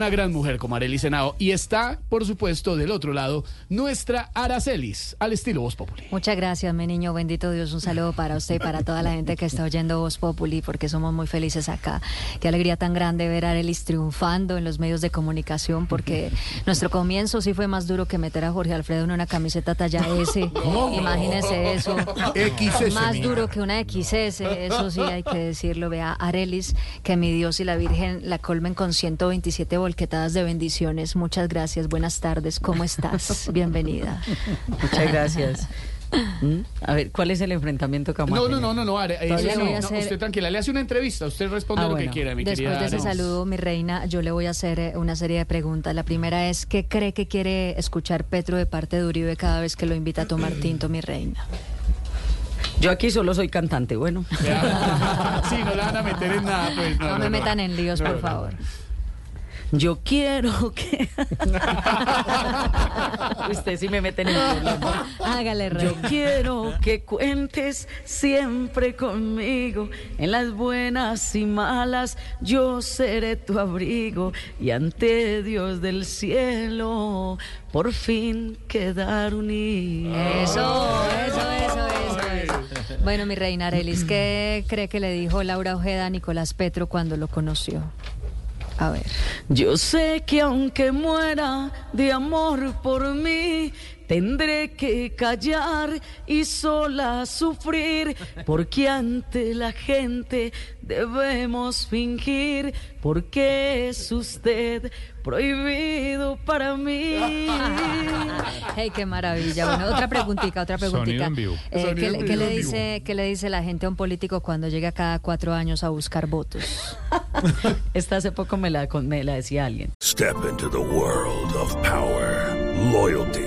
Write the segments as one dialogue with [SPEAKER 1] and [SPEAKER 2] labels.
[SPEAKER 1] Una gran mujer como Arely Senao. Y está, por supuesto, del otro lado, nuestra Aracelis, al estilo Voz Populi.
[SPEAKER 2] Muchas gracias, mi niño. Bendito Dios. Un saludo para usted y para toda la gente que está oyendo Voz Populi, porque somos muy felices acá. Qué alegría tan grande ver a Arelis triunfando en los medios de comunicación, porque nuestro comienzo sí fue más duro que meter a Jorge Alfredo en una camiseta talla S. Imagínese eso.
[SPEAKER 3] XS,
[SPEAKER 2] más
[SPEAKER 3] mija.
[SPEAKER 2] duro que una XS, eso sí hay que decirlo. Vea, Arelis, que mi Dios y la Virgen la colmen con 127 volquetadas de bendiciones. Muchas gracias, buenas tardes, ¿cómo estás? Bienvenida.
[SPEAKER 4] Muchas gracias. ¿Mm? A ver, ¿cuál es el enfrentamiento que vamos a
[SPEAKER 1] No, no,
[SPEAKER 4] tener?
[SPEAKER 1] no, no, no, Ara- eh,
[SPEAKER 2] Todavía
[SPEAKER 1] no,
[SPEAKER 2] no voy a
[SPEAKER 1] no,
[SPEAKER 2] hacer-
[SPEAKER 1] usted tranquila, le hace una entrevista, usted responde
[SPEAKER 4] Ah,
[SPEAKER 1] lo que
[SPEAKER 4] bueno.
[SPEAKER 1] quiera, mi
[SPEAKER 2] Después
[SPEAKER 1] querida
[SPEAKER 2] de ese
[SPEAKER 1] Arelis.
[SPEAKER 2] saludo, mi reina, yo le voy a hacer eh, una serie de preguntas. La primera es, ¿qué cree que quiere escuchar Petro de parte de Uribe cada vez que lo invita a tomar tinto, mi reina?
[SPEAKER 4] Yo aquí solo soy cantante, bueno.
[SPEAKER 1] Ya. sí, no la van a meter en nada, pues.
[SPEAKER 2] No me metan en líos,
[SPEAKER 1] No,
[SPEAKER 2] por
[SPEAKER 1] no, no.
[SPEAKER 2] favor.
[SPEAKER 4] Yo quiero que... Usted sí me mete en el problema.
[SPEAKER 2] Hágale,
[SPEAKER 4] Yo
[SPEAKER 2] reina.
[SPEAKER 4] quiero que cuentes siempre conmigo. En las buenas y malas yo seré tu abrigo. Y ante Dios del cielo, por fin quedar unidos.
[SPEAKER 2] Eso, eso, eso, eso, eso. Bueno, mi reina Arelis, ¿qué cree que le dijo Laura Ojeda a Nicolás Petro cuando lo conoció? A ver.
[SPEAKER 4] Yo sé que aunque muera de amor por mí, tendré que callar y sola sufrir, porque ante la gente debemos fingir, porque es usted prohibido para mí.
[SPEAKER 2] Hey, qué maravilla. Bueno, otra preguntita, otra preguntita.
[SPEAKER 5] Sonido en vivo.
[SPEAKER 2] Eh,
[SPEAKER 1] Sonido
[SPEAKER 2] ¿qué, le-
[SPEAKER 1] en
[SPEAKER 2] qué
[SPEAKER 1] vivo,
[SPEAKER 2] le
[SPEAKER 1] en
[SPEAKER 2] dice, ¿Qué le dice la gente a un político cuando llega cada cuatro años a buscar votos?
[SPEAKER 4] Esta hace poco me la, con- me la decía alguien.
[SPEAKER 6] Step into the world of power, loyalty,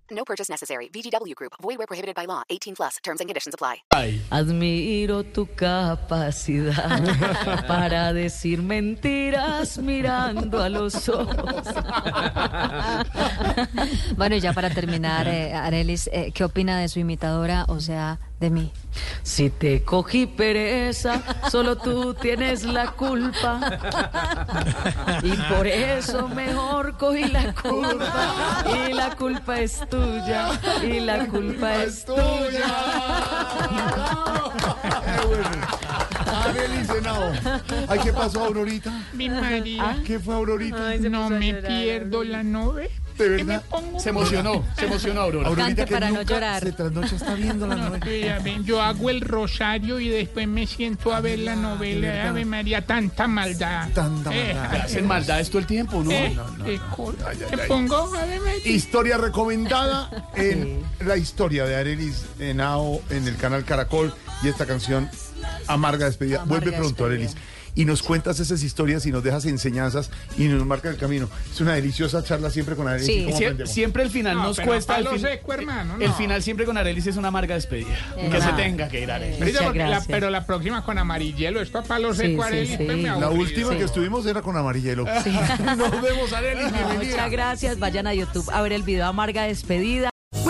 [SPEAKER 7] No purchase necessary. VGW Group. Void where prohibited by law. 18 plus. Terms and conditions apply.
[SPEAKER 4] Admiro tu capacidad para decir mentiras mirando a los ojos.
[SPEAKER 2] Bueno, y ya para terminar, eh, Arelis, eh, ¿qué opina de su imitadora, o sea, de mí?
[SPEAKER 4] Si te cogí pereza, solo tú tienes la culpa. Y por eso mejor cogí la culpa. Y la culpa es tuya. Y la culpa es tuya.
[SPEAKER 3] Arelis Henao. Ay, ¿qué pasó, Aurorita? Ah,
[SPEAKER 5] Mi María,
[SPEAKER 3] ¿Qué fue, Aurorita?
[SPEAKER 5] no me pierdo la nube.
[SPEAKER 3] De
[SPEAKER 5] que me
[SPEAKER 3] verdad.
[SPEAKER 5] pongo?
[SPEAKER 1] Se emocionó, se emocionó Aurora.
[SPEAKER 3] Aurorita
[SPEAKER 2] Cante
[SPEAKER 3] que
[SPEAKER 2] para no
[SPEAKER 3] nunca
[SPEAKER 2] llorar.
[SPEAKER 3] Se trasnocha, está viendo la novela.
[SPEAKER 5] eh, Ya ven, Yo hago el rosario y después me siento a ver la novela. Ave María, tanta maldad.
[SPEAKER 3] Tanta
[SPEAKER 5] Eh,
[SPEAKER 3] maldad.
[SPEAKER 5] ay,
[SPEAKER 1] Hacen maldades todo el tiempo, ¿no?
[SPEAKER 5] eh, qué cosa. ¿Qué pongo? Ave María.
[SPEAKER 3] Historia recomendada en la historia de Arelis Henao en el canal Caracol y esta canción Amarga Despedida.
[SPEAKER 2] Amarga
[SPEAKER 3] Vuelve pronto,
[SPEAKER 2] Despedida.
[SPEAKER 3] Arelis. Y nos cuentas esas historias y nos dejas enseñanzas y nos marca el camino. Es una deliciosa charla siempre con Arelis.
[SPEAKER 2] Sí.
[SPEAKER 3] ¿Y cómo
[SPEAKER 2] Y
[SPEAKER 1] Sie-
[SPEAKER 3] aprendemos?
[SPEAKER 1] siempre el final
[SPEAKER 5] No,
[SPEAKER 1] nos
[SPEAKER 5] pero
[SPEAKER 1] cuesta. El,
[SPEAKER 5] palo
[SPEAKER 1] fin-
[SPEAKER 5] seco, hermano,
[SPEAKER 1] el
[SPEAKER 5] no.
[SPEAKER 1] final siempre con Arelis es una amarga despedida. que se
[SPEAKER 4] verdad.
[SPEAKER 1] tenga que ir Arelis.
[SPEAKER 4] Muchas
[SPEAKER 5] Ahorita porque la-
[SPEAKER 4] gracias.
[SPEAKER 5] pero la próxima con amarillelo, esto a palo
[SPEAKER 4] Sí,
[SPEAKER 5] seco,
[SPEAKER 4] sí,
[SPEAKER 5] Arely,
[SPEAKER 4] sí.
[SPEAKER 5] pues me
[SPEAKER 4] La
[SPEAKER 3] La
[SPEAKER 5] aburrido.
[SPEAKER 3] última que estuvimos era con Amarillelo. nos vemos, Arelis. Bienvenida.
[SPEAKER 4] Muchas gracias. Vayan a YouTube a ver el video Amarga Despedida.